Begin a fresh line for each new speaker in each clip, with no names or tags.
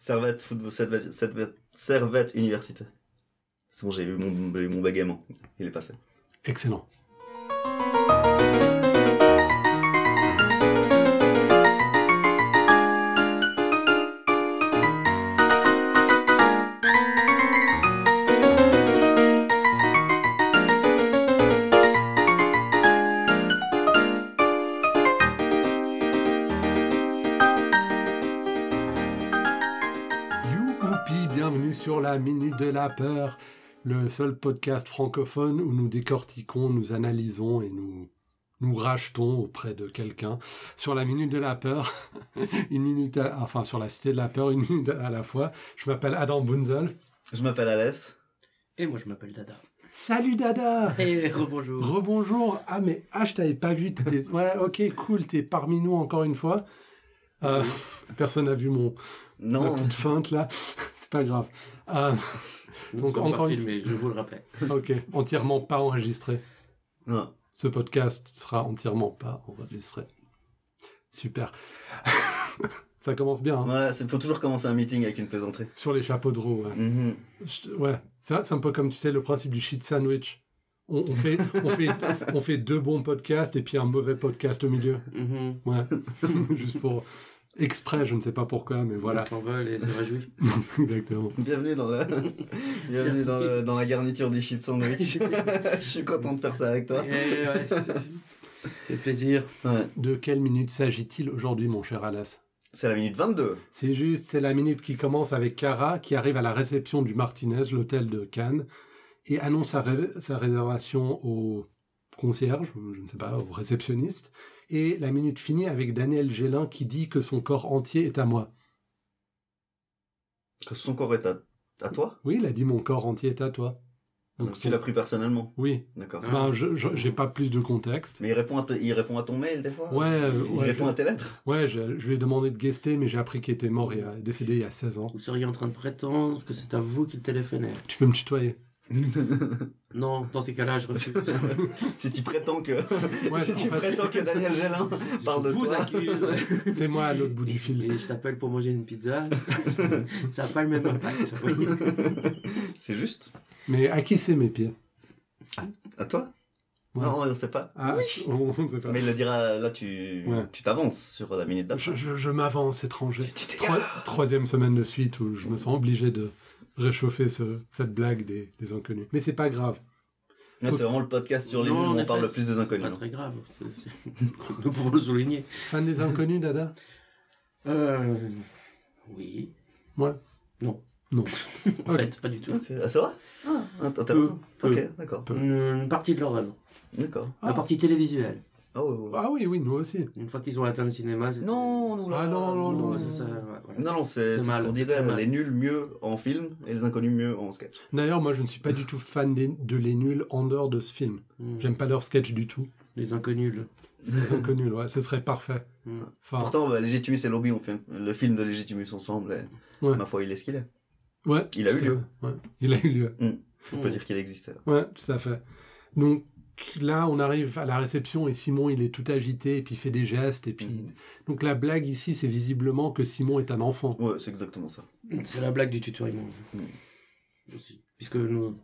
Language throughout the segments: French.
Servette football, Servette, Servette, Servette Université. C'est bon, j'ai eu mon, mon bégaiement. Il est passé.
Excellent. Youpi, bienvenue sur la Minute de la Peur, le seul podcast francophone où nous décortiquons, nous analysons et nous nous rachetons auprès de quelqu'un sur la minute de la peur, une minute, à- enfin sur la cité de la peur, une minute à la fois. Je m'appelle Adam Bunzel.
Je m'appelle Alès.
Et moi je m'appelle Dada.
Salut Dada
Et rebonjour.
Rebonjour. Ah mais ah je t'avais pas vu. t'étais- Ouais ok cool t'es parmi nous encore une fois. Euh, personne n'a vu mon ma
Non,
petite feinte là. C'est pas grave. Euh,
Nous
Donc,
sommes
encore
pas
une-
filmés, je vous le rappelle.
ok entièrement pas enregistré.
non.
Ce podcast sera entièrement pas enregistré. Super. Ça commence bien. hein.
Voilà, c'est faut toujours commencer un meeting avec une plaisanterie.
Sur les chapeaux de roue. Ouais.
Mhm.
Je- ouais. Ça, c'est un peu comme tu sais le principe du shit sandwich. On, on fait, on, fait, on fait deux bons podcasts et puis un mauvais podcast au milieu.
Mhm.
Ouais. Juste pour exprès, je ne sais pas pourquoi, mais voilà.
Donc, On vole et se réjouit.
Exactement.
Bienvenue dans la, bienvenue dans, le- dans la garniture du shit sandwich. Je suis content de faire ça avec
Eh
toi.
ouais, c'est- c'est plaisir.
Ouais.
De quelle minute s'agit-il aujourd'hui, mon cher Alas
C'est la minute 22.
C'est juste, c'est la minute qui commence avec Cara qui arrive à la réception du Martinez, l'hôtel de Cannes, et annonce sa, ré- sa réservation au concierge, ou je ne sais pas, au réceptionniste. Et la minute finit avec Daniel Gélin qui dit que son corps entier est à moi.
Que son corps est à, à toi
Oui, il a dit mon corps entier est à toi.
Donc,
son-
tu l'as pris personnellement.
Oui.
D'accord.
Ah.
Ben, je je- j'ai pas plus de contexte.
Mais il répond, à t- il répond à ton mail des fois
Ouais, euh,
Il
ouais,
répond à tes lettres
ouais, je, je lui ai demandé de guester, mais j'ai appris qu'il était mort et euh, décédé il y a 16 ans.
Vous seriez en train de prétendre que c'est à vous qu'il téléphonait.
Tu peux me tutoyer.
Non, dans ces cas-là, je refuse.
Si tu prétends que,
Ouais,
si
en
tu
fait-
prétends que Daniel Gélin parle
je
de
vous
toi.
accuse.
C'est moi à l'autre bout du fil.
Et je t'appelle pour manger une pizza. Ça n'a pas le même impact.
C'est juste
Mais à qui c'est mes pieds
À toi
Ouais.
Non, on ne sait pas.
Ah, on- on sait pas.
Mais il le dira, là tu
Ouais.
tu t'avances sur la minute d'après.
Je, je- je m'avance, étranger.
Tu t'égares.
Trois- troisième semaine de suite où je me sens obligé de réchauffer ce- cette blague des, des inconnus. Mais c'est pas grave.
Là, c'est vraiment le podcast sur les nuls
Non,
où
en
on
effet,
parle le plus des
C'est
inconnus. hein.
pas très grave. C'est- c'est- Nous pouvons le souligner.
Fan des inconnus, Dada
Euh, Oui.
Ouais.
Non.
Non.
En
Ok.
fait, pas du tout.
Ok. Ah, c'est vrai Ah, int- intéressant.
Peu, peu.
Ok, d'accord.
Peu.
Une partie de leur œuvre.
D'accord.
La
Ah.
partie télévisuelle.
Ah ouais, ouais, ouais.
Ah oui, oui, nous aussi.
Une fois qu'ils ont atteint le cinéma, c'est.
Non, non,
Ah, non, non, non.
Ouais, c'est ça, ouais, voilà.
Non, non, c'est
C'est
c'est ce
mal,
qu'on
c'est
disait,
mal.
les nuls mieux en film et les inconnus mieux en sketch.
D'ailleurs, moi, je ne suis pas du tout fan des- de Les Nuls en dehors de ce film.
Mm.
J'aime pas leur sketch du tout.
Les inconnus. là.
Les inconnus, ouais, ce serait parfait.
Mm.
Enfin,
Pourtant, bah, Légitimus et Lobby ont fait le film de Légitimus ensemble et
Ouais.
ma foi, il est ce qu'il est.
ouais,
Il a eu
tout à
lieu.
fait, ouais. Il a eu lieu.
On
Hmm.
peut dire qu'il existait.
Ouais, tout à fait. Donc là, on arrive à la réception et Simon, il est tout agité et puis il fait des gestes. Et puis...
Mhm.
Donc la blague ici, c'est visiblement que Simon est un enfant.
Ouais, c'est exactement ça.
C'est la blague du tutoiement.
Hmm.
Aussi. Puisque nous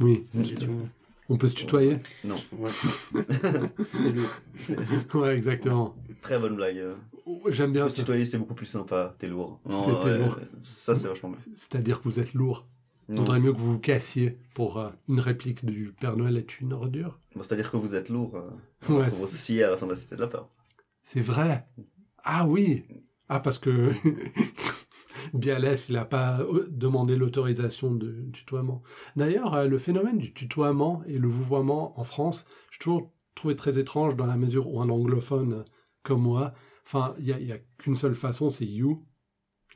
Oui.
Mm.
étions.
On peut se tutoyer
Ouais. C'était lourd.
Ouais, exactement.
Très bonne blague. euh.
Oh, J'aime bien
Le
ça.
tutoyer, c'est beaucoup plus sympa. T'es lourd.
T'es- t'es lourd.
Ça, c'est vachement bien.
C'est-à-dire que vous êtes lourd. Il
Non.
faudrait mieux que vous vous cassiez pour euh, une réplique du Père Noël est une ordure.
Bon, C'est-à-dire que vous êtes lourd. euh, pour
Ouais, c'est-
aussi à la fin de la Cité de la Peur.
C'est vrai. Ah oui. Ah parce que Bialès, il n'a pas euh, demandé l'autorisation de tutoiement. D'ailleurs, euh, le phénomène du tutoiement et le vouvoiement en France, je toujours trouvé très étrange dans la mesure où un anglophone comme moi, enfin, il n'y a, il y a qu'une seule façon, c'est you.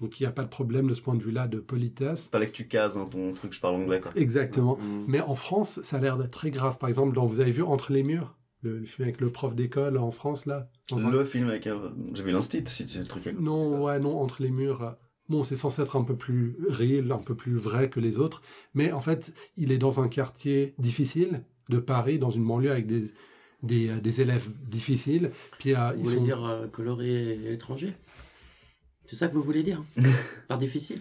Donc il n'y a pas de problème de ce point de vue-là de politesse.
C'est pas là que tu cases hein, ton truc, je parle anglais. Quoi.
Exactement.
Mm.
Mais en France, ça a l'air d'être très grave. Par exemple, dans, vous avez vu Entre les murs, le, le film avec le prof d'école en France, là dans un-
Le film avec. euh, J'ai vu l'instit, si tu le truc avec.
euh,
Non, ouais, non, entre les murs. euh, Bon, c'est censé être un peu plus réel, un peu plus vrai que les autres, mais en fait, il est dans un quartier difficile de Paris, dans une banlieue avec des, des, euh, des élèves difficiles. Puis euh,
Vous
ils
voulez
sont.
dire euh, coloré et étranger C'est ça que vous voulez dire Par difficile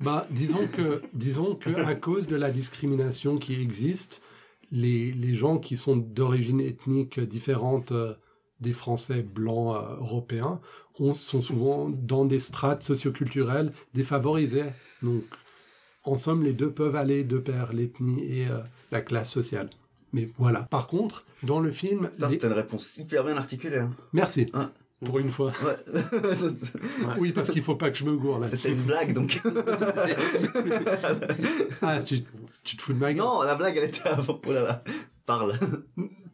Bah, disons que, disons que à cause de la discrimination qui existe, les, les gens qui sont d'origine ethnique différente euh, des Français blancs euh, européens on, sont souvent dans des strates socioculturelles défavorisées. Donc, en somme, les deux peuvent aller de pair, l'ethnie et euh, la classe sociale. Mais voilà. Par contre, dans le film,
Putain,
les-
c'était une réponse hyper bien articulée. hein.
merci
Ah.
pour une fois.
Ouais.
Oui, parce qu'il faut pas que je me gourre là.
c'était une blague donc.
Ah, tu, tu te fous de ma gueule.
non, la blague elle était avant. Oh là là. Parle.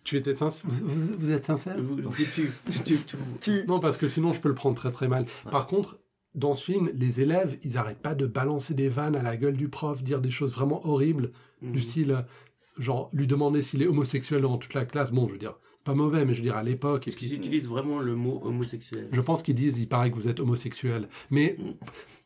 Tu étais sincère. Vous, vous êtes sincère
vous, vous- tu, tu, tu-
Tu.
Non, parce que sinon, je peux le prendre très très mal. Par contre, dans ce film, les élèves, ils arrêtent pas de balancer des vannes à la gueule du prof, dire des choses vraiment horribles,
Mm.
du
Hmm.
style, euh, genre, lui demander s'il est homosexuel dans toute la classe. Bon, je veux dire, c'est pas mauvais, mais je veux dire, à l'époque, et
Parce qu'ils
puis,
utilisent vraiment le mot homosexuel.
je pense qu'ils disent, il paraît que vous êtes homosexuel. Mais,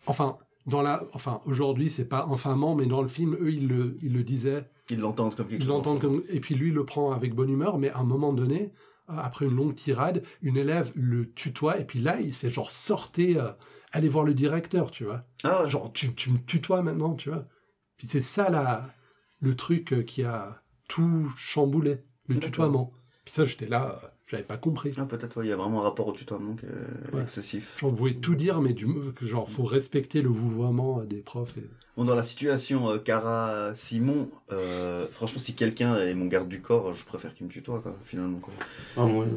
enfin, dans la, enfin, aujourd'hui, c'est pas infamant, mais dans le film, eux, ils le, ils le disaient,
Ils l'entendent comme quelque
ils
chose.
l'entendent comme, et puis lui le prend avec bonne humeur, mais à un moment donné, euh, après une longue tirade, une élève le tutoie, et puis là, il s'est genre sorti, euh, aller voir le directeur, tu vois.
Ah, ouais.
Genre, tu, tu me tutoies maintenant, tu vois. Puis c'est ça, là, le truc euh, qui a tout chamboulé, le
D'accord.
tutoiement. Puis ça, j'étais là, euh, j'avais pas compris.
Ah, peut-être, ouais, il y a vraiment un rapport au tutoiement qui est
Ouais.
excessif.
Genre, vous pouvez tout dire, mais du, que genre, faut respecter le vouvoiement euh, des profs. et-
Bon, dans la situation euh, Cara Simon, euh, franchement, si quelqu'un est mon garde du corps, je préfère qu'il me tutoie, quoi, finalement. Quoi.
Ah, moi, euh,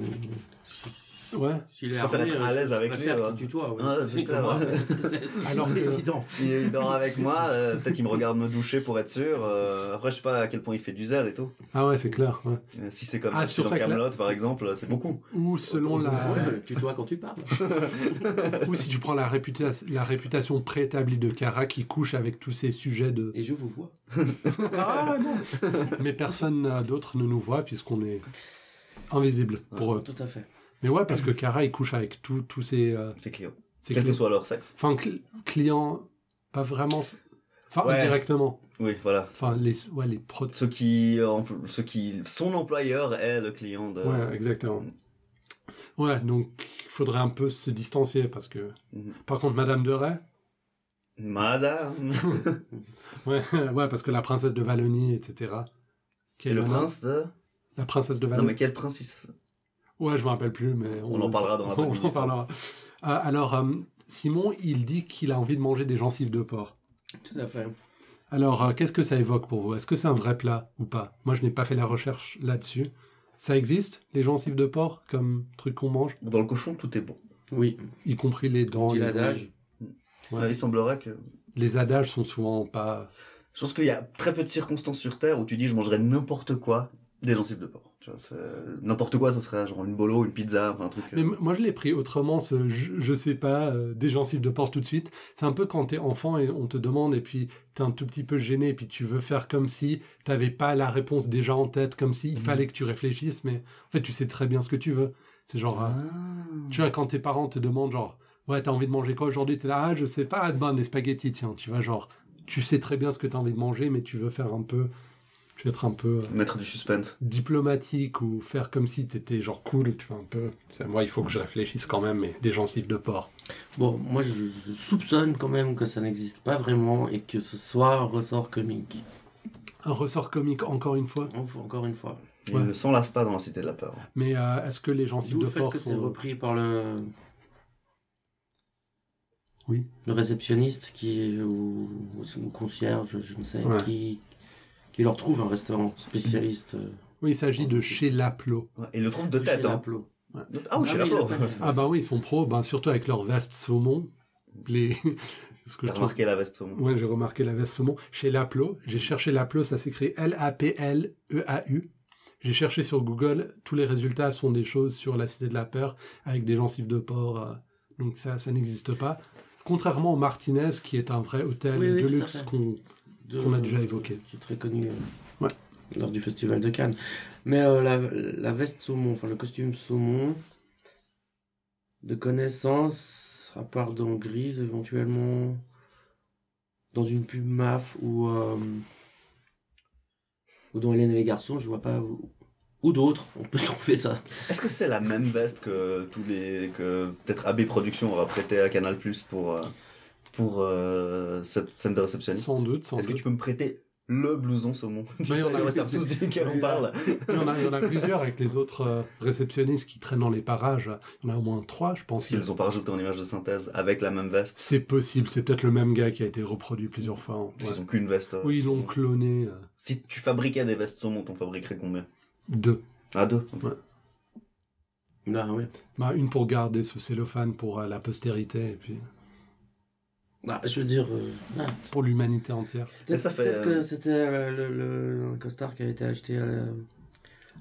Ouais.
s'il est
Je préfère
armé,
être à
euh,
l'aise
je
avec lui,
préfère
ouais.
qu'il tutoie, ouais.
Ah, c'est
C'est
clair,
comme moi.
ouais.
Alors
C'est
que-
évident.
Il, il dort avec moi, euh, peut-être qu'il me regarde me doucher pour être sûr. euh, après, je sais pas à quel point il fait du zèle et tout.
Ah ouais, c'est clair. ouais.
Euh, si c'est comme
Ah,
si
sur
dans
ta cla-
Camelot, par exemple, euh, c'est beaucoup.
Ou selon la.
Ouais, tutoie quand tu parles.
Ou si tu prends la, réputa- la réputation préétablie de Kara qui couche avec tous ces sujets de
Et je vous vois.
Ah non Mais personne euh, d'autre ne nous voit puisqu'on est invisible pour eux.
Tout à fait.
Mais ouais, parce que Kara, il couche avec tous tous ses, euh,
C'est Clio.
ses
Quel que
clients.
soit leur sexe.
Enfin, cl- clients, pas vraiment. Enfin,
Ouais.
directement.
Oui, voilà.
Enfin, les, ouais, les pro-
Ceux qui, empl- ceux qui, son employeur est le client de.
Ouais, exactement. Ouais, donc il faudrait un peu se distancier parce que.
Mhm.
Par contre, Madame de Ray,
Madame.
ouais, ouais, parce que la princesse de Valonie, etc. Qui est
Et le
nana-
prince de.
La princesse de
Non,
Valonie.
mais quel prince il se-
Ouais, je me rappelle plus, mais
On en parlera dans la bonne
On en
minute.
parlera. Euh, alors, euh, Simon, il dit qu'il a envie de manger des gencives de porc.
Tout à fait.
Alors, euh, qu'est-ce que ça évoque pour vous Est-ce que c'est un vrai plat ou pas Moi, je n'ai pas fait la recherche là-dessus. Ça existe, les gencives de porc, comme truc qu'on mange,
Dans le cochon, tout est bon.
Oui.
y compris les dents.
Petit
Les,
adage.
Ouais.
Euh, Il semblerait que.
les adages sont souvent pas...
Je pense qu'il y a très peu de circonstances sur Terre où tu dis je mangerais n'importe quoi des gencives de porc. Tu vois, c'est- n'importe quoi, ça serait genre une bolo, une pizza, enfin, un truc. euh,
Mais m- moi, je l'ai pris autrement, ce je, je sais pas, euh, des gencives de porc tout de suite. C'est un peu quand t'es enfant et on te demande, et puis t'es un tout petit peu gêné, et puis tu veux faire comme si t'avais pas la réponse déjà en tête, comme si il
Mhm.
fallait que tu réfléchisses, mais en fait, tu sais très bien ce que tu veux. C'est genre, euh,
Ah.
tu vois, quand tes parents te demandent, genre, ouais, t'as envie de manger quoi aujourd'hui T'es là, ah, je sais pas, ah, demain, des spaghettis, tiens, tu vois, genre, tu sais très bien ce que t'as envie de manger, mais tu veux faire un peu, tu veux être un peu. euh,
Mettre du suspense.
diplomatique ou faire comme si t'étais genre cool, tu vois, un peu. C'est- Moi, il faut que je réfléchisse quand même, mais des gencives de porc.
Bon, moi je je soupçonne quand même que ça n'existe pas vraiment et que ce soit un ressort comique.
Un ressort comique, encore une fois.
Enf- Encore une fois.
Il
Ouais.
ne s'en lasse pas dans la cité de la peur.
Mais euh, est-ce que les gencives
D'où
de
le fait
porc
que c'est
sont...
repris par le.
Oui.
Le réceptionniste qui est ou, ou concierge, je- je ne sais,
Ouais.
qui, qui leur trouve un restaurant spécialiste. euh,
Oui, il s'agit de chez Laplo.
Ouais. Et il le trouve de
chez
tête. hein.
Laplo.
Ah oui,
Ah
chez
oui,
la
il
porc.
l'a pas dit.
Ah ben oui, ils sont pros, ben, surtout avec leur veste saumon. Les... Ce que je
T'as
trouve...
remarqué la veste saumon.
Ouais, j'ai remarqué la veste saumon. Chez Laplo, j'ai cherché Laplo, ça s'écrit L-A-P-L-E-A-U. E J'ai cherché sur Google, tous les résultats sont des choses sur la cité de la peur avec des gencives de porc. euh, donc ça, ça n'existe pas. Contrairement au Martinez, qui est un vrai hôtel
Oui, oui,
de
tout à
luxe
fait.
qu'on.
de-
qu'on a déjà évoqué.
Qui est très connu euh,
Ouais.
lors du festival de Cannes. Mais euh, la, la veste saumon, enfin le costume saumon, de connaissance, à part dans Grise, éventuellement dans une pub MAF ou, euh, ou dans Hélène et les garçons, je vois pas où, ou d'autres, on peut trouver ça.
Est-ce que c'est la même veste que tous les que peut-être AB Productions aura prêté à Canal Plus pour euh, pour euh, cette scène de réceptionniste
Sans doute, sans
Est-ce que
doute.
tu peux me prêter le blouson saumon Tu
Mais
sais,
on a-
ils savent tous duquel on parle.
Il y, en a, il y en a plusieurs avec les autres euh, réceptionnistes qui traînent dans les parages. Il y en a au moins trois, je pense.
Parce qu'ils ont pas rajouté en image de synthèse avec la même veste.
C'est possible, c'est peut-être le même gars qui a été reproduit plusieurs fois. en-
Ils
ouais.
ont qu'une veste. euh,
Oui, ils l'ont
saumon.
cloné euh,
Si tu fabriquais des vestes saumon, t'en fabriquerais combien
deux.
Ah, deux.
Ah oui.
Bah, une pour garder ce cellophane pour euh, la postérité et puis
Ah, je veux dire, euh, ah,
pour l'humanité entière.
Mais
peut-être
ça fait,
peut-être
euh,
que c'était euh, le, le- le costard qui a été acheté à, la-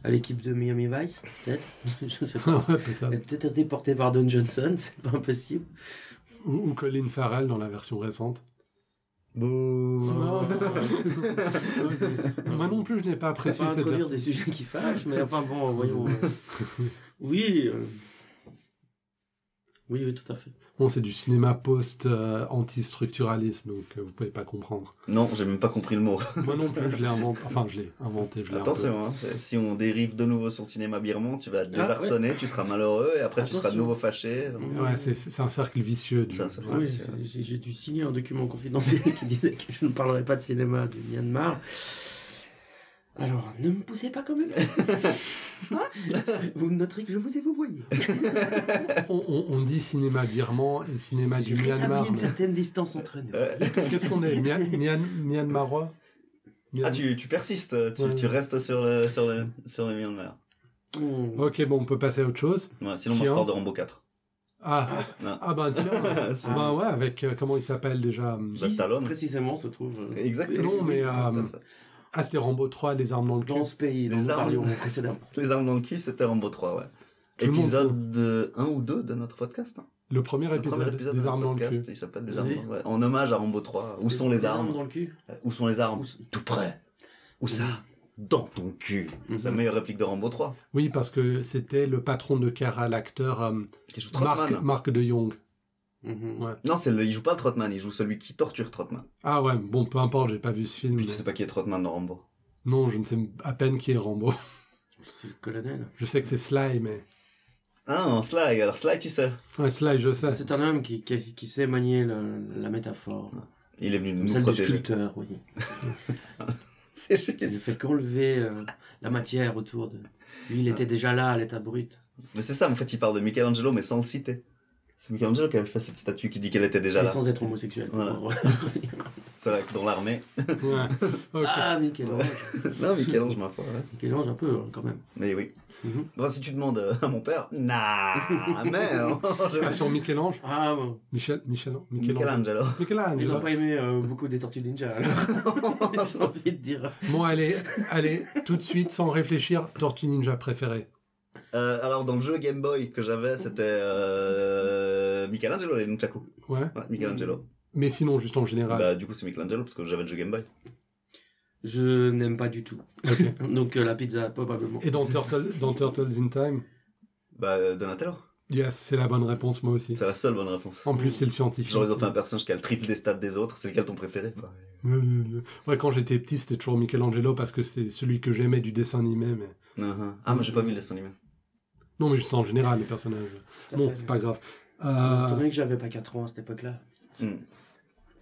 à l'équipe de Miami Vice, peut-être. je sais pas.
Ouais, peut-être.
Elle a peut-être été portée par Don Johnson, c'est pas impossible.
ou, ou Colin Farrell dans la version récente.
Bouh.
Ok. Moi non plus, je n'ai pas
On va
apprécié
pas
cette
introduire
version.
des sujets qui fâchent, mais enfin bon, voyons. euh, Oui. euh, Oui, oui, tout à fait.
Bon, c'est du cinéma post-antistructuraliste, donc euh, vous pouvez pas comprendre.
Non, j'ai même pas compris le mot.
Moi non plus, je l'ai inventé. Enfin, je l'ai inventé, je l'ai un peu-
Attention, hein, c'est- si on dérive de nouveau sur le cinéma birman, tu vas te
Ah,
désarçonner, tu seras malheureux et après tu seras de
Attention.
nouveau fâché.
Ouais, c'est- c'est c'est un cercle vicieux. Du...
C'est un cercle
Ouais.
vicieux.
Oui, j'ai- j'ai j'ai dû signer un document confidentiel qui disait que je ne parlerai pas de cinéma du Myanmar. Alors, ne me poussez pas comme une... Hein vous me noterez que je vous ai vous voyez.
On, on- on dit cinéma birman et cinéma
J'ai
du Myanmar.
rétabli une
mais
certaine distance entre nous.
Euh,
Qu'est-ce qu'on est Mya- Myan- Myanmarois Myan-
ah, tu, tu persistes, tu,
Ouais.
tu restes sur le, sur le, sur le Myanmar.
Hmm.
Ok, bon, on peut passer à autre chose.
Ouais, sinon, moi
Tiens.
je parle de Rambo 4.
Ah,
Ah.
ah ben tiens,
C'est-
ben ouais, avec euh, comment il s'appelle déjà hum,
Bah, Stallone.
Précisément se trouve euh,
Exactement.
Non, mais,
Tout à
euh,
fait.
Ah, c'était Rambo 3, les armes dans le cul.
dans ce pays dont
Les
nous
armes.
parlions précédemment.
Les armes dans le cul, c'était Rambo 3, ouais.
Tout le monde
épisode euh, 1 ou 2 de notre podcast. hein.
Le premier
Le premier
épisode,
épisode de
des
notre
armes dans le
podcast,
cul.
il s'appelle Les armes
Oui.
dans le ouais. En hommage à Rambo 3. Où sont les armes
dans le cul
Euh, Où sont les armes
Où sont-
Tout près. Où ça Dans ton cul. C'est la
Mhm.
meilleure réplique de Rambo 3.
Oui, parce que c'était le patron de Kara, l'acteur hum,
Qui joue Trotman.
Marc, Marc de Jong.
Mhm.
Ouais.
Non, c'est le, il joue pas le Trotman, il joue celui qui torture Trotman.
Ah ouais, bon, peu importe, j'ai pas vu ce film.
Puis tu
mais-
sais pas qui est Trotman dans Rambo.
Non, je ne sais à peine qui est Rambo.
C'est le colonel.
Je sais que c'est Sly, mais...
Ah, en Sly, alors Sly, tu sais.
Ouais, Sly, je sais.
C'est un homme qui, qui, qui sait manier le- la métaphore.
Il est venu
Comme
nous
celle du
protéger.
sculpteur, oui.
C'est
Il ne fait
juste.
qu'enlever euh, la matière autour de. Lui, il était déjà là à l'état brut.
Mais c'est ça, en fait, il parle de Michelangelo, mais sans le citer. C'est Michelangelo qui avait fait cette statue qui dit qu'elle était déjà
Et
là.
sans être homosexuel.
Voilà. C'est vrai que dans l'armée.
Ouais. Ok.
Ah, Michel-Ange.
non, Michel-Ange, ma foi. ouais.
Michel-Ange, un peu, hein, quand même.
Mais oui.
Mhm.
Bon, si tu demandes euh, à mon père, nah, mais. hein,
Ah,
je-
sur Michel-Ange
Ah, bon.
Michel, Michel, Michel-Ange.
Michelangelo.
Ils
Michel-Ange.
n'ont pas aimé euh, beaucoup des Tortues Ninja, alors. J'ai envie de dire.
Bon, allez, allez, tout de suite, sans réfléchir, Tortue Ninja préférée.
Euh, alors, dans le jeu Game Boy que j'avais, c'était euh, Michelangelo et Nunchaku.
Ouais.
Ouais, Michelangelo.
Mais sinon, juste en général.
Bah, du coup, c'est Michelangelo parce que j'avais le jeu Game Boy.
Je n'aime pas du tout.
Ok.
Donc, euh, la pizza, probablement.
Et dans, Turtle- dans Turtles in Time
Bah, euh, Donatello.
Yes, c'est la bonne réponse, moi aussi.
C'est la seule bonne réponse.
En plus, c'est le scientifique.
Genre, ils ont fait un personnage qui a le triple des stats des autres. C'est lequel ton préféré Bah,
Ouais, quand j'étais petit, c'était toujours Michelangelo parce que c'est celui que j'aimais du dessin animé. Mais...
uh-huh. Ah, mais j'ai pas vu le dessin animé.
Non, mais juste en général, les personnages.
Tout à
Bon,
fait.
c'est pas grave.
Étant
Euh,
donné que j'avais pas 4 ans à cette époque-là.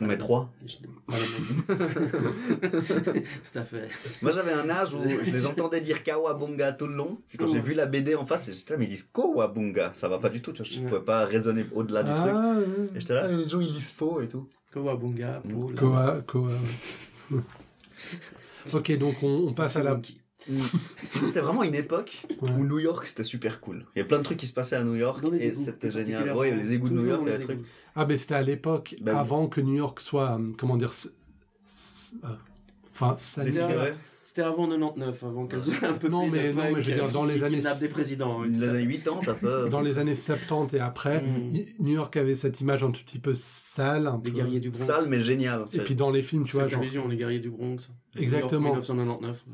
Mais trois.
je n'aime pas le même. Tout à fait.
Moi, j'avais un âge où je les entendais dire Kawabunga tout le long. Puis quand j'ai vu la BD en face, j'étais là, mais ils disent Kowabunga. Ça va pas du tout. Tu vois, je
Ouais.
pouvais pas raisonner au-delà du truc.
ah,
Et j'étais là, les gens, ils lisent faux et tout.
Kowabunga, Paul.
Koa, Koa. ouais. ok, donc on, on passe à la.
Mm. C'était vraiment une époque
Ouais.
où New York c'était super cool. Il y a plein de trucs qui se passaient à New York
Dans les
et
égouts,
c'était
plus
génial.
particulièrement.
Ouais, il y avait les égouts de New
Toujours
York,
dans
il y
les
avait des trucs.
égouts.
Ah, mais c'était à l'époque,
Ben oui.
avant que New York soit, hum, comment dire, s- s- euh, enfin,
C'était
sanitaire.
C'était-
vrai.
C'était avant 99, avant qu'elle soit un peu
Non,
plus
mais-
la
non, mais je veux
vague,
dire,
euh,
dans les
qui
années-
kidnappe des présidents. hein, oui,
Les
tout à
années
fait.
80, t'as pas.
Dans les années 70 et après,
Hmm.
Mm.
y- New York avait cette image un tout petit peu sale, un
Les
peu-
guerriers du Bronx.
Sale mais génial. en
Et
fait.
puis dans les films, tu vois,
Faites
genre.
allusion, les guerriers du Bronx.
Exactement.
1999.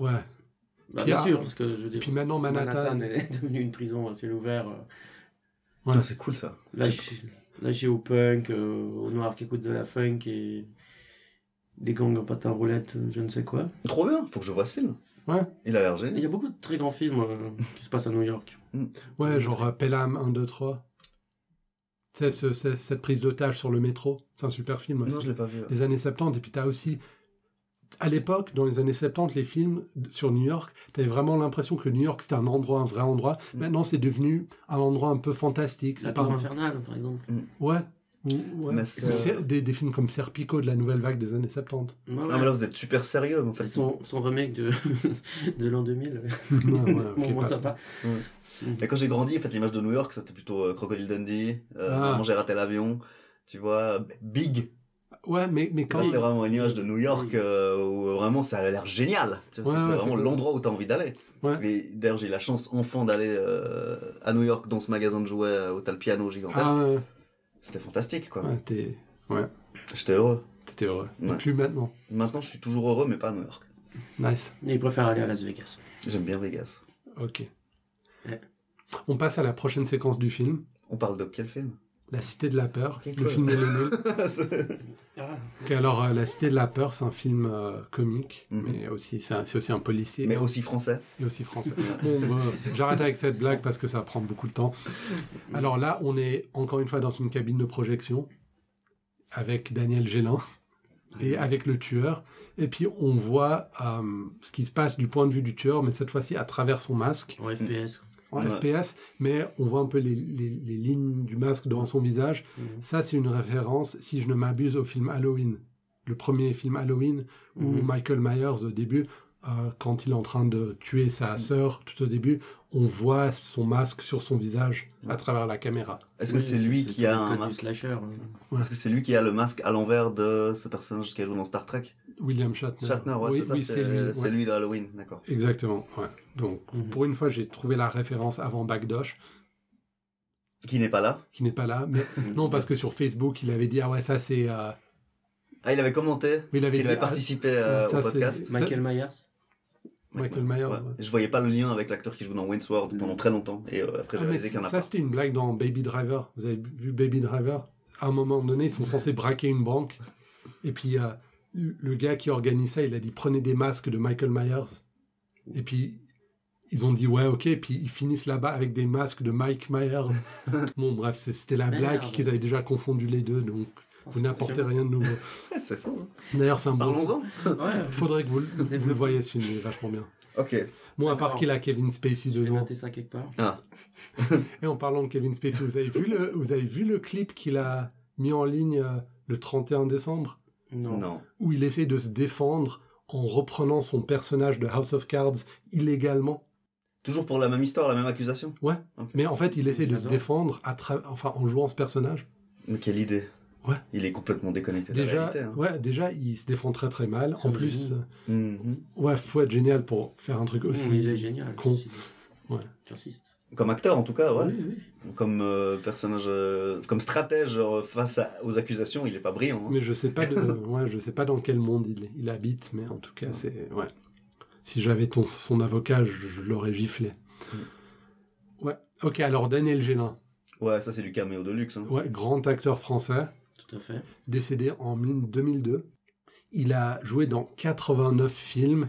Ouais.
Bah,
Puis,
bien
ah,
sûr, parce que je veux
Et
dire,
puis maintenant, Manhattan.
Manhattan est devenue une prison à ciel ouvert. euh,
Ouais.
Putain, c'est cool ça.
Lâché lâché au punk, euh, aux noirs qui écoutent de la funk et des gangs en patin roulette, euh, je ne sais quoi.
Trop bien, faut que je vois ce film.
Ouais.
Il a l'air gêné.
Il y a beaucoup de très grands films euh, qui se passent à New York.
Ouais, genre euh, Pelham 1, 2, 3. Tu sais, ce- ce- cette prise d'otage sur le métro. C'est un super film. aussi.
Non, je l'ai pas vu.
les années 70. Et puis t'as aussi, à l'époque, dans les années 70, les films d- sur New York, t'avais vraiment l'impression que New York c'était un endroit, un vrai endroit.
Mm.
Maintenant, c'est devenu un endroit un peu fantastique.
La
C'est pas
Tour
un...
Infernale, par exemple.
Ouais. Ou- ouais.
Mais c'est-
C'est Des, des films comme Serpico de la nouvelle vague des années 70.
Ouais, ouais.
Ah, mais là, vous êtes super sérieux, mais en fait.
son, son remake de, de l'an 2000.
Ouais, ouais, ok,
bon, moi,
passe.
ça va.
Mais quand j'ai grandi, en fait, l'image de New York, c'était plutôt euh, Crocodile Dundee, euh,
Ah.
Maman, j'ai raté l'avion, tu vois, Big.
Ouais, mais, mais quand.
Là, c'était vraiment une image de New York
Oui.
euh, où vraiment ça a l'air génial. Tu vois,
Ouais,
c'était
ouais,
vraiment
c'est-
l'endroit où t'as envie d'aller.
Ouais.
Et D'ailleurs, j'ai eu la chance, enfant, d'aller euh, à New York dans ce magasin de jouets euh, où t'as le piano gigantesque.
Ah, ouais,
C'était fantastique, quoi.
ouais, t'es-
J'étais heureux.
t'étais heureux.
Ouais.
Et plus maintenant.
Maintenant, je suis toujours heureux, mais pas à New York.
Nice.
Et il préfère aller à Las Vegas.
J'aime bien Vegas.
Ok.
Ouais.
On passe à la prochaine séquence du film,
On parle de quel film
La Cité de la Peur,
Ok,
le
cool.
film des Lénés.
C'est-
Ah,
Ok, alors euh, La Cité de la Peur, c'est un film euh, comique,
Mhm.
mais aussi c'est un- c'est aussi un policier
Mais aussi français.
et aussi français. Bon, bah, j'arrête avec cette blague parce que ça prend beaucoup de temps. Alors là, on est encore une fois dans une cabine de projection avec Daniel Gélin et avec le tueur. Et puis on voit euh, ce qui se passe du point de vue du tueur, mais cette fois-ci à travers son masque
En FPS.
en
Ouais.
FPS, mais on voit un peu les, les- les lignes du masque dans son visage.
Mhm.
Ça, c'est une référence, si je ne m'abuse, au film Halloween. Le premier film Halloween, où
Mhm.
Michael Myers, au début, euh, quand il est en train de tuer
Mhm.
sa sœur, tout au début, on voit son masque sur son visage à travers la caméra.
Est-ce que c'est lui qui a un
masque
masque
slasher. hein.
Est-ce que c'est lui qui a le masque à l'envers de ce personnage qui a joué dans Star Trek
William Shatner.
Shatner, ouais,
oui,
c'est ça,
oui,
c'est
lui.
c'est
ouais.
lui de Halloween, d'accord.
Exactement. ouais. Donc,
Mhm.
pour une fois, j'ai trouvé la référence avant Bagdosh,
Qui n'est pas là.
qui n'est pas là. Mais
Mhm.
non, parce que sur Facebook, il avait dit Ah ouais, ça c'est. euh,
Ah, il avait commenté
Oui, il avait
qu'il
dit,
avait
ah,
participé euh,
ça,
au
c'est-
podcast.
Michael Myers.
Michael Myers.
Ouais.
ouais. Mm.
Je voyais pas le lien avec l'acteur qui joue dans Wentworth pendant très longtemps, et euh, après j'ai
Ah, mais
réalisé qu'il y en a
ça,
pas.
c'était une blague dans Baby Driver. Vous avez vu Baby Driver À un moment donné, ils sont censés braquer une banque. Et puis, euh, le gars qui organise ça, il a dit prenez des masques de Michael Myers. Et puis, ils ont dit ouais, ok. Et puis, ils finissent là-bas avec des masques de Mike Myers. bon, bref, c'est- c'était la
Merde.
blague qu'ils avaient déjà confondu les deux. Donc, vous n'apportez rien de nouveau.
Ouais, c'est faux. hein.
D'ailleurs, c'est un bon.
Parlons-en.
Ouais.
Faudrait que vous, le- vous le voyez, ce film, il est vachement bien.
Ok.
Bon, à part
Alors,
qu'il a Kevin Spacey
J'ai
dedans.
noté ça quelque part.
Et en parlant de Kevin Spacey, vous avez vu le, vous avez vu le clip qu'il a mis en ligne euh, le 31 décembre,
Non.
Non.
où il essaie de se défendre en reprenant son personnage de House of Cards illégalement.
Toujours pour la même histoire, la même accusation.
Mais en fait, il essaie de se
J'adore.
défendre à tra- enfin, en jouant ce personnage.
Mais quelle idée.
Ouais.
Il est complètement déconnecté de la
Déjà,
réalité. hein.
ouais, déjà, il se défend très très mal.
C'est
En
un
plus,
génie.
euh,
Mhm.
ouais, faut être génial pour faire un truc aussi.
Mmh, il est génial.
con.
aussi.
Ouais.
J'insiste.
Comme acteur, en tout cas, ouais.
Oui, oui.
Comme euh, personnage, euh, comme stratège euh, face à- aux accusations, il est pas brillant. hein.
Mais je sais pas, de, ouais, je sais pas dans quel monde il, il habite, mais en tout cas, c'est ouais. Si j'avais ton, son avocat, je, je l'aurais giflé. Ouais. Ok, alors Daniel Gélin,
Ouais, ça c'est du caméo de luxe. hein.
ouais, grand acteur français,
Tout à fait.
décédé en 2002. Il a joué dans 89 films,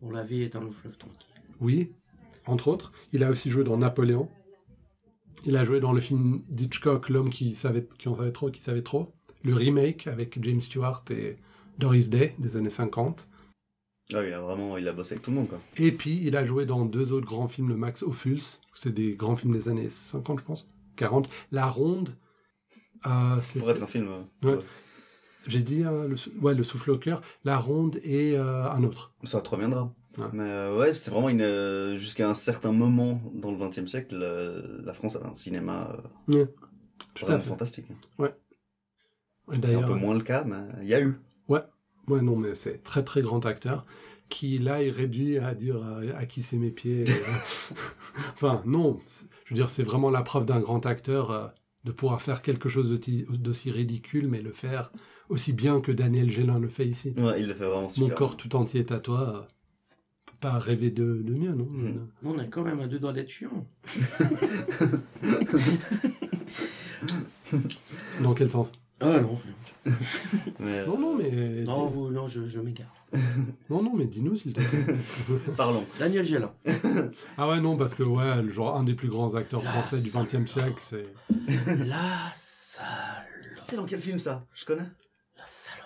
Bon, la vie est un long fleuve tranquille.
oui, entre autres. Il a aussi joué dans Napoléon. Il a joué dans le film d'Hitchcock, L'homme qui, savait, qui en savait trop, qui savait trop. Le remake avec James Stewart et Doris Day des années 50.
Ah, il a vraiment, il a bossé avec tout le monde, quoi.
Et puis, il a joué dans deux autres grands films, le Max Ophuls, c'est des grands films des années 50, je pense, 40. La Ronde, euh, c'est-
Pour être un film. euh,
Ouais.
ouais.
j'ai dit, hein, le, sou- ouais, le Souffle au cœur, La Ronde et euh, un autre.
Ça te reviendra.
Ouais.
Mais euh, ouais, c'est vraiment une. euh, Jusqu'à un certain moment dans le XXe siècle, euh, la France avait un cinéma euh,
Tout à
vraiment
fait.
fantastique.
Ouais,
C'est un
D'ailleurs,
peu moins le cas, mais il y a eu.
ouais, non, mais c'est très très grand acteur qui là est réduit à dire euh, à qui c'est mes pieds. et, euh, enfin, non, c'est- je veux dire, c'est vraiment la preuve d'un grand acteur euh, de pouvoir faire quelque chose d'aussi d'aussi ridicule, mais le faire aussi bien que Daniel Gélin le fait ici.
Ouais, il le fait vraiment
Mon
super.
corps tout entier est à toi. euh, on peut pas rêver de, de mieux, non
Mhm.
On est quand même à deux doigts d'être chiant.
Dans quel sens
Ah non.
Mais,
Non, non, mais.
Non, vous, non, je, je m'égare.
Non, non, mais dis-nous s'il te plaît.
euh, Parlons.
Daniel Gélin.
ah ouais, non, parce que, ouais, le genre, un des plus grands acteurs
Ah,
français du
ça,
20 e siècle, c'est.
La salle.
C'est dans quel film ça Je connais
La salle.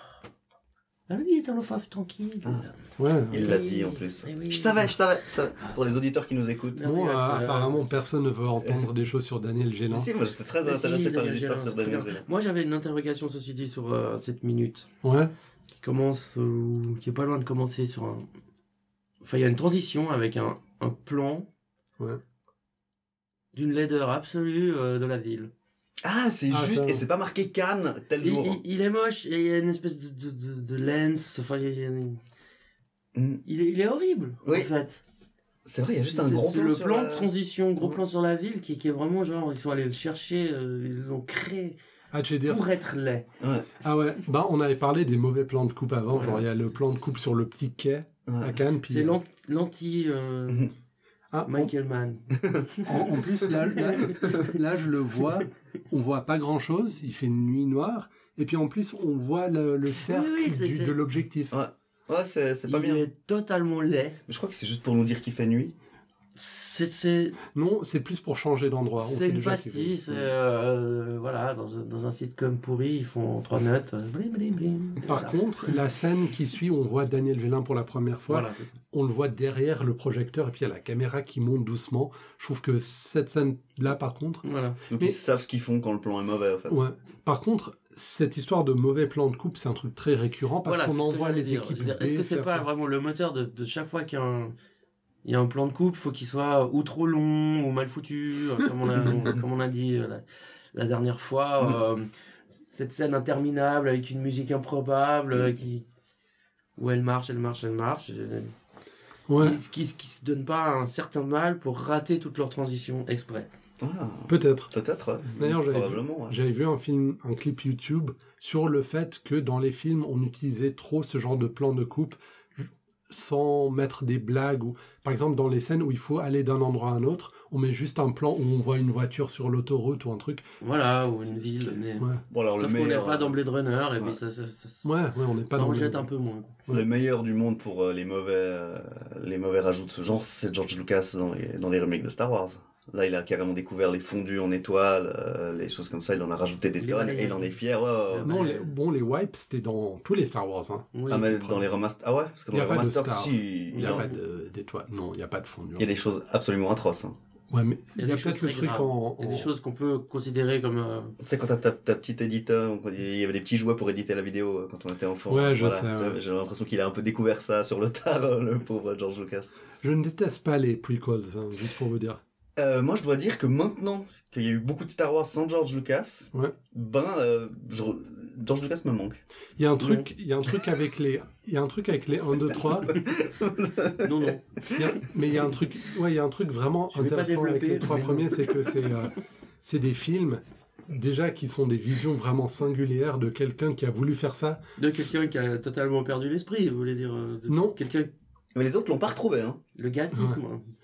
Ah oui, il est un lofaf tranquille.
Ah.
Ouais.
Il
Oui,
l'a dit en plus.
Ah oui, Ah, oui.
Je savais, je savais, je savais. Pour les auditeurs qui nous écoutent.
Non,
Bon,
mais,
euh,
euh,
apparemment, personne ne veut entendre des choses sur Daniel Gélin.
Si, si, moi j'étais très
Mais si,
intéressé par les
Daniel
histoires sur
Gélin, c'est
Daniel
très
Gélin.
Moi, j'avais une interrogation, ceci dit, sur euh, cette minute.
Ouais.
Qui commence, euh, qui est pas loin de commencer sur un. Enfin, il y a une transition avec un, un plan.
Ouais.
D'une laideur absolue euh, de la ville.
Ah, c'est
Ah,
juste,
ça.
et c'est pas marqué Cannes tel
Il,
jour.
il- il est moche et il y a une espèce de, de, de, de lens. Enfin, il, y a- il y a une-
Mm.
il est, il est horrible,
Oui.
en fait.
C'est vrai, il y a juste un
C'est-
gros
c'est
plan.
le
sur
plan
la-
de transition, gros
Ouais.
plan sur la ville qui, qui est vraiment genre, ils sont allés le chercher, euh, ils l'ont créé
Ah, tu veux dire.
pour être laid.
Ah ouais, bah, on avait parlé des mauvais plans de coupe avant.
Voilà,
genre, il y a
c'est-
le
c'est-
plan de coupe sur le petit quai à
Ouais.
Cannes. puis-
C'est l'an- l'anti euh,
Mhm.
Ah, on-
Michael Mann.
En, en plus, là, là- là, je le vois, on voit pas grand chose, il fait une nuit noire, et puis en plus, on voit le, le cercle
Oui, oui, c'est-
du-
c'est-
de l'objectif.
Ouais. Ouais, c'est c'est
Il
pas bien.
est totalement laid.
Mais Je crois que c'est juste pour nous dire qu'il fait nuit.
C'est c'est
Non, c'est plus pour changer d'endroit. on
c'est
sait
une
déjà qu'il fait-
pastille. c'est, euh, voilà, dans, un- dans un sitcom pourri, ils font trois notes. euh, Blim, blim, blim.
Par
Voilà.
contre, la scène qui suit, on voit Daniel Gélin pour la première fois,
Voilà, c'est ça.
on le voit derrière le projecteur, et puis il y a la caméra qui monte doucement. Je trouve que cette scène-là, par contre,
Voilà.
Donc
Mais-
ils savent ce qu'ils font quand le plan est mauvais en fait.
ouais. Par contre, cette histoire de mauvais plan de coupe, c'est un truc très récurrent parce
Voilà,
qu'on
c'est ce que
envoie
j'allais
les
dire.
équipes.
Je veux dire, Est-ce
B
que c'est
faire
pas
ça.
vraiment le moteur de, de chaque fois qu'il y a un, il y a un plan de coupe, faut qu'il soit ou trop long ou mal foutu, euh, comme on a, on- comme on a dit euh, la, la dernière
Mm.
fois. euh, cette scène interminable avec une musique improbable euh,
Mm.
qui où elle marche, elle marche, elle marche. euh,
Ouais,
qui, qui, qui se donne pas un certain mal pour rater toute leur transition exprès.
Ah,
peut-être.
peut-être. ouais.
D'ailleurs, j'avais vu-
Probablement. ouais.
J'avais vu un film, un clip YouTube sur le fait que dans les films, on utilisait trop ce genre de plan de coupe sans mettre des blagues ou par exemple dans les scènes où il faut aller d'un endroit à un autre, on met juste un plan où on voit une voiture sur l'autoroute ou un truc.
Voilà, ou une ville, mais.
Ouais,
Bon, alors,
Sauf
le
qu'on n'est
meilleur, euh,
pas dans Blade Runner, et
Ouais.
puis ça, ça, ça,
ouais, ouais, on n'est pas
ça
dans
en
le-
jette un peu moins. quoi.
le meilleur du monde pour euh, les mauvais, euh, les mauvais rajouts de ce genre, c'est George Lucas dans les, dans les remakes de Star Wars. Là, il a carrément découvert les fondus en étoiles, euh, les choses comme ça. Il en a rajouté des
Les
tonnes
balayages.
et il en est fier. ouais, ouais, ouais.
Non, les- bon, les wipes, c'était dans tous les Star Wars. hein.
Oui.
Ah, mais dans les remasters. Ah ouais Parce que dans
Il y
les
a pas de
remasters,
star.
si,
Il n'y a
non.
pas de- d'étoiles. Non, il n'y a pas de fondure.
Il y a des choses absolument atroces. hein.
Ouais, mais il y a,
des
peut-être
choses
le
très
truc
graves.
en.
Il y a des
en-
choses qu'on peut considérer comme. euh,
Tu sais, quand t'as ta, ta petite éditeur, quand il y avait des petits jouets pour éditer la vidéo euh, quand on était enfant.
Ouais, je sais,
Tu vois,
ouais.
J'ai l'impression qu'il a un peu découvert ça sur le tard, euh, le pauvre George Lucas.
Je ne déteste pas les prequels, hein, juste pour vous dire.
Euh, moi, je dois dire que maintenant qu'il y a eu beaucoup de Star Wars sans George Lucas,
Ouais.
ben, euh, je re- George Lucas me manque.
Il y a un truc, il y a un truc avec les, il y a un truc avec les 1, 2, 3.
Non, non.
Il y a- mais il y a un truc, ouais, il y a un truc vraiment
Je vais pas
intéressant avec les
développer,
trois
mais-
premiers, c'est que c'est, euh, c'est des films déjà qui sont des visions vraiment singulières de quelqu'un qui a voulu faire ça.
De quelqu'un qui a totalement perdu l'esprit, vous voulez dire. euh, de-
Non.
Quelqu'un.
Mais les autres l'ont pas retrouvé. Hein.
Le gâtisme.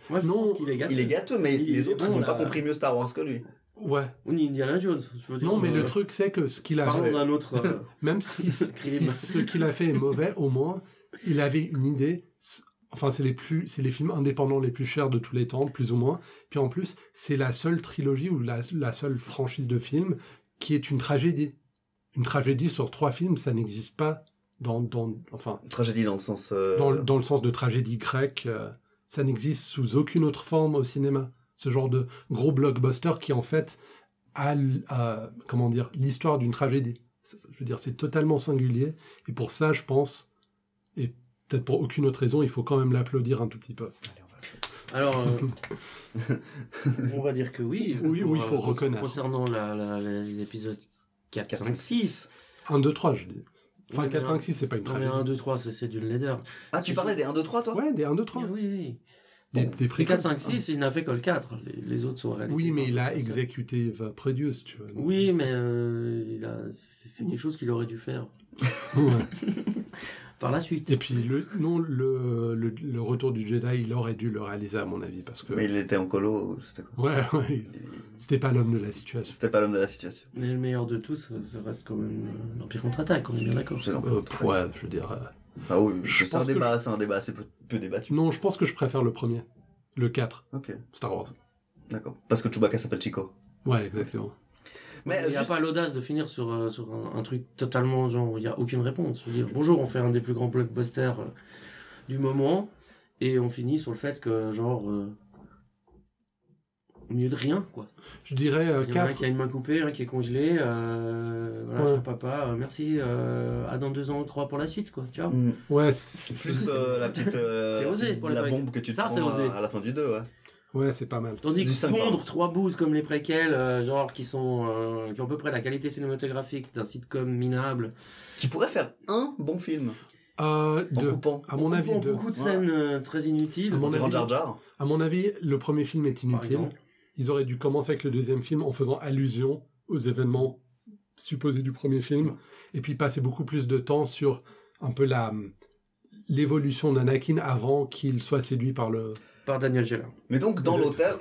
Moi, je
Non.
pense qu'il est gâté.
Il est gâteux, mais
Ah, Il-
les autres,
bon,
ils ont
là-
pas compris mieux Star Wars que lui.
Ouais.
Ou Indiana Jones. Je veux dire,
Non, mais
euh,
le truc c'est que ce qu'il a
Parlons
fait,
d'un autre. euh,
même si, si
Crime.
ce qu'il a fait est mauvais, au moins il avait une idée. C'est- Enfin, c'est les plus, c'est les films indépendants les plus chers de tous les temps, plus ou moins. Puis en plus, c'est la seule trilogie ou la, la seule franchise de films qui est une tragédie. Une tragédie sur trois films, ça n'existe pas dans, dans, enfin,
Tragédie dans le sens. euh,
dans, le- dans le sens de tragédie grecque, euh, ça n'existe sous aucune autre forme au cinéma. Ce genre de gros blockbuster qui en fait a, l- a- comment dire l'histoire d'une tragédie. C'est- Je veux dire, c'est totalement singulier et pour ça, je pense, et peut-être pour aucune autre raison, il faut quand même l'applaudir un tout petit peu.
Allez, on va-
Alors. euh, on va dire que oui.
Oui, oui, il faut
euh,
reconnaître.
Concernant la, la- la- les épisodes 4, 5, 6.
1, 2, 3, je dis. Enfin,
Oui,
4,
mais
5, 6, c'est pas une
Non, mais
tragédie.
1, 2, 3, c'est c'est d'une laideur.
Ah, tu parlais des 1, 2, 3, toi
Ouais, des 1, 2, 3.
Oui, oui.
Des,
Bon.
des
Les
préquels.
4, 5, 6, il n'a fait que le 4. Les, les autres sont réalisés.
Ah. Oui, mais il a
Comme ça.
executive euh, produce, tu vois.
Oui, mais euh, il a- c'est c'est quelque chose qu'il aurait dû faire.
Ouais.
par la suite.
Et puis, le, non, le, le, le retour du Jedi, il aurait dû le réaliser, à mon avis, parce que.
Mais il était en colo, c'était quoi
Ouais, ouais. C'était pas l'homme de la situation.
C'était pas l'homme de la situation.
Mais le meilleur de tous, ça reste quand même euh, l'Empire contre-attaque, on est bien d'accord.
C'est l'Empire
Euh,
contre-attaque.
ouais, je veux dire. euh,
Ah oui,
Je
c'est un
pense que
débat, c'est un débat assez peu, peu débattu.
Non, je pense que je préfère le premier. Le 4,
Ok,
Star Wars.
d'accord. Parce que Chewbacca s'appelle Chico.
Ouais, exactement.
Mais
il n'y a
juste-
pas l'audace de finir sur, euh, sur un, un truc totalement genre, il n'y a aucune réponse. Je veux dire, bonjour, on fait un des plus grands blockbusters euh, du moment, et on finit sur le fait que, genre, euh, au milieu de rien, quoi.
Je dirais euh,
Il y en a un
4.
qui a une main coupée, un qui est congelé, euh, voilà,
Ouais.
cher papa, euh, merci, euh, à dans deux ans, trois pour la suite, quoi. Ciao.
Mm.
Ouais,
C'est
c'est
plus euh, la petite euh,
C'est
la
osé
petite-
pour les
la
Vikings.
bombe que tu te
Ça, c'est
prends euh,
osé.
à, à la fin du 2 ouais.
ouais, c'est pas mal.
Tandis
C'est du
que
cinq, pardon.
pondre trois bouses comme les préquels, euh, genre qui sont euh, qui ont à peu près la qualité cinématographique d'un sitcom minable,
qui pourrait faire un bon film
Euh,
en
deux.
coupant
À mon
On
avis,
prend
deux.
beaucoup de
Voilà.
scènes euh, très inutiles.
À mon
en
avis,
tirant Jar Jar
À mon avis, le premier film est
par
inutile.
exemple.
Ils auraient dû commencer avec le deuxième film en faisant allusion aux événements supposés du premier film, et puis passer beaucoup plus de temps sur un peu la l'évolution d'Anakin avant qu'il soit séduit par le.
Par Daniel Gellin.
mais donc dans
Déjà.
l'hôtel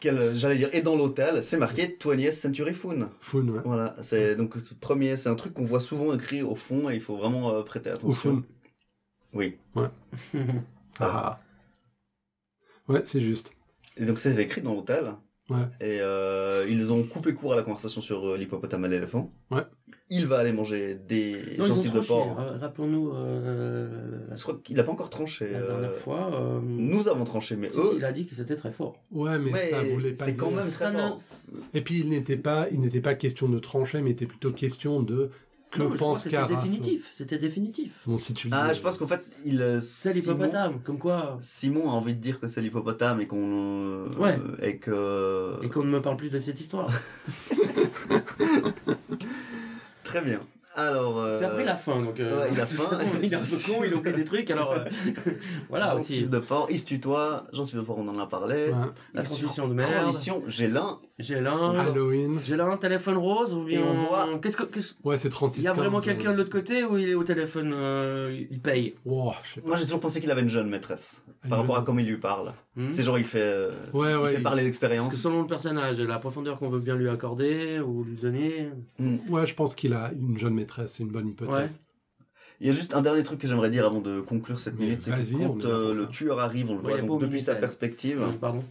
qu'elle- j'allais dire et dans l'hôtel c'est marqué 20th Century Foon
Foon, hein. ouais.
voilà c'est donc le premier c'est un truc qu'on voit souvent écrit au fond et il faut vraiment euh, prêter
Au
attention
Foon.
oui
Ah. Ouais, c'est juste.
et donc c'est écrit dans l'hôtel
Ouais.
et euh, ils ont coupé court à la conversation sur euh, l'hippopotame à l'éléphant
Ouais.
il va aller manger des
Non, ils ont
gencives de
tranché.
porc
Ra- Rappelons-nous euh, la,
je crois qu'il a pas encore tranché
la
euh,
dernière fois. euh,
nous avons tranché mais
si, si,
eux
il a dit que c'était très fort.
Ouais, mais
Ouais,
ça voulait pas
c'est
dire.
quand même
Ça
très
ne-
fort.
Et puis il n'était pas, il n'était pas question de trancher, mais il était plutôt question de que
Non, je crois
pense
C'était
Cara.
définitif. C'était définitif.
Bon, si tu.
Ah, je pense qu'en fait, il. euh,
C'est l'hippopotame. Comme quoi.
Simon a envie de dire que c'est l'hippopotame et qu'on. euh,
Ouais.
Et que.
Et qu'on ne me parle plus de cette histoire.
Très bien. Alors. euh,
C'est après la fin, donc. euh,
ouais, il a
de toute
faim.
façon, il est un peu con, il oublie des trucs, alors. euh, voilà
Jean
aussi.
Sylve de Port, il se tutoie. Jean-Sylve de Port, on en a parlé.
Ouais.
La
La transition de merde.
Transition, j'ai l'un.
J'ai là.
Halloween.
J'ai là un téléphone rose ou bien
Et on voit- euh,
Qu'est-ce que qu'est-ce
Ouais, c'est 36.
il y a vraiment
15,
quelqu'un
ouais.
de l'autre côté ou il est au téléphone euh, il paye.
Wow, je sais pas.
Moi, j'ai toujours pensé qu'il avait une jeune maîtresse. Par rapport à comment il lui parle.
Hmm
C'est genre, il fait. euh,
Ouais,
il
ouais.
fait parler
Parce que
d'expérience.
selon le personnage, la profondeur qu'on veut bien lui accorder ou lui donner.
Hmm.
Ouais, je pense qu'il a une jeune maîtresse, c'est une bonne hypothèse.
Il y a juste un dernier truc que j'aimerais dire avant de conclure cette
Mais
minute. C'est
vas-y,
que
on est
quand
là pour
euh,
ça.
le tueur arrive, on le
Ouais, il
voit
est pas
donc
au
depuis sa
Minitel.
perspective.
Euh, Pardon.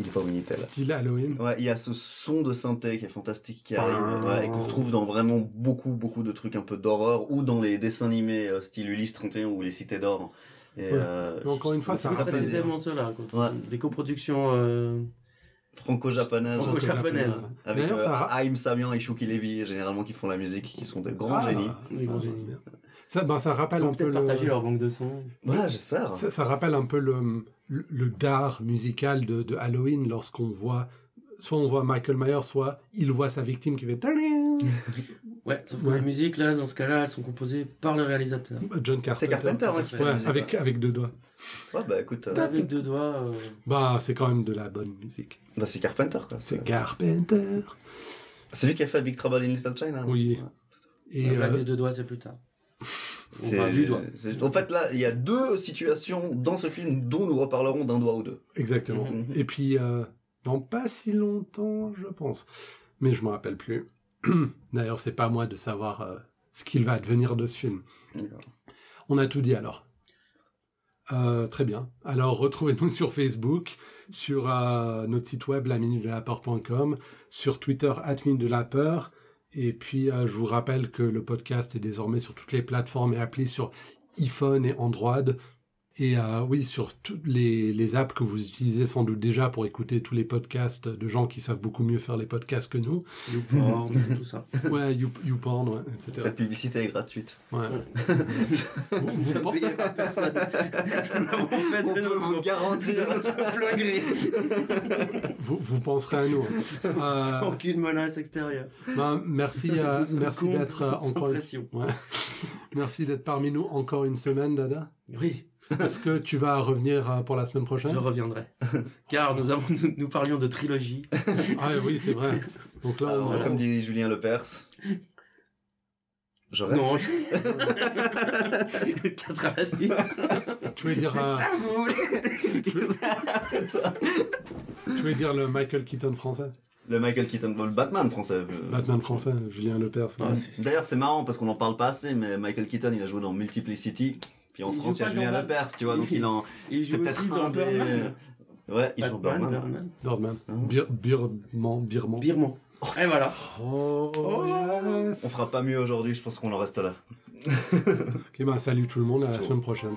Il est pas au Minitel.
Oui, style Halloween.
Ouais, il y a ce son de synthé qui est fantastique qui arrive ouais, et qu'on retrouve dans vraiment beaucoup beaucoup de trucs un peu d'horreur ou dans les dessins animés euh, style Ulysse 31 ou les Cités d'or. Et,
Ouais.
euh,
Mais encore une
me
fois,
fait
ça
très
rappelle-
plaisir.
Précisément cela. quoi.
Ouais.
Des coproductions. euh,
franco-japonaise
Franco- japonaise.
avec
D'ailleurs,
euh,
ça ra-
Haim Samian et Shuki Levy généralement qui font la musique qui sont de grands
Ah,
génies.
ah,
Des grands génies.
bien. Ça, ben, ça rappelle
ils vont
un peu
peut-être
le.
partager leur banque de sons.
Voilà, j'espère.
Ça, ça rappelle un peu le, le, le dard musical de, de Halloween lorsqu'on voit. Soit on voit Michael Myers, soit il voit sa victime qui fait.
Ouais, sauf que
Ouais.
les musiques là, dans ce cas-là, elles sont composées par le réalisateur.
John Carpenter.
C'est Carpenter hein, qui fait la
Ouais,
musique.
avec, avec deux doigts.
Ouais, bah écoute, euh,
Avec deux doigts. euh,
Bah, c'est quand même de la bonne musique.
bah, c'est Carpenter quoi.
C'est
C'est
Carpenter.
c'est lui qui a fait Big Trouble in Little China. hein.
Oui. Et
la blague
euh,
des deux doigts, c'est plus tard. On
C'est-
parle du doigt.
c'est- En fait, là, il y a deux situations dans ce film dont nous reparlerons d'un doigt ou deux.
Exactement.
Mhm.
Et puis, euh, dans pas si longtemps, je pense. Mais je me rappelle plus. D'ailleurs, c'est pas à moi de savoir euh, ce qu'il va advenir de ce film.
D'accord.
On a tout dit alors. Euh, très bien. Alors, retrouvez-nous sur Facebook, sur euh, notre site web, la sur Twitter, minute de la peur. Et puis, euh, je vous rappelle que le podcast est désormais sur toutes les plateformes et applis sur iPhone et Android. Et euh, oui, sur toutes les, les apps que vous utilisez sans doute déjà pour écouter tous les podcasts de gens qui savent beaucoup mieux faire les podcasts que nous.
Youporn, tout ça.
Ouais, You- YouPorn, ouais, etc.
Cette publicité est gratuite.
Ouais. Vous- vous
On
pen-
peut vous garantir
plein gré.
vous, vous penserez à nous. hein. Euh,
Aucune menace extérieure.
ben, merci euh,
Sans
merci
con,
d'être euh,
sans
encore une-
pression.
ouais. merci d'être parmi nous encore une semaine, Dada.
Oui,
Est-ce que tu vas revenir euh, pour la semaine
je
prochaine
reviendrai. Car nous, avons, nous, nous parlions de trilogie.
Ah oui, c'est vrai. Donc là, on-
Alors, Comme dit Julien Lepers, Je reste.
Non. je- bah, Euh, Quatre à la suite.
Tu veux dire, euh,
C'est
un-
ça, vous voulez
tu veux dire le Michael Keaton français
Le Michael Keaton, le Batman français. euh.
Batman français, Julien Lepers.
Ah, c'est-
D'ailleurs, c'est marrant parce qu'on n'en parle pas assez, mais Michael Keaton, il a joué dans Multiplicity. Puis en
Il
France,
joue
il y a
pas
Julien
dans
Lepers, tu vois, donc il en.
Il
C'est
joue aussi
peut-être un
dans
des.
Birdman.
Ouais, il joue dans Birdman.
Birdman, Birdman.
Birdman.
Hein
Bir- Birdman. Birman.
Birman. Et voilà.
Oh,
Oh.
yes.
On fera pas mieux aujourd'hui, je pense qu'on en reste là.
Ok, ben, salut tout le monde, à la
Ciao.
semaine prochaine.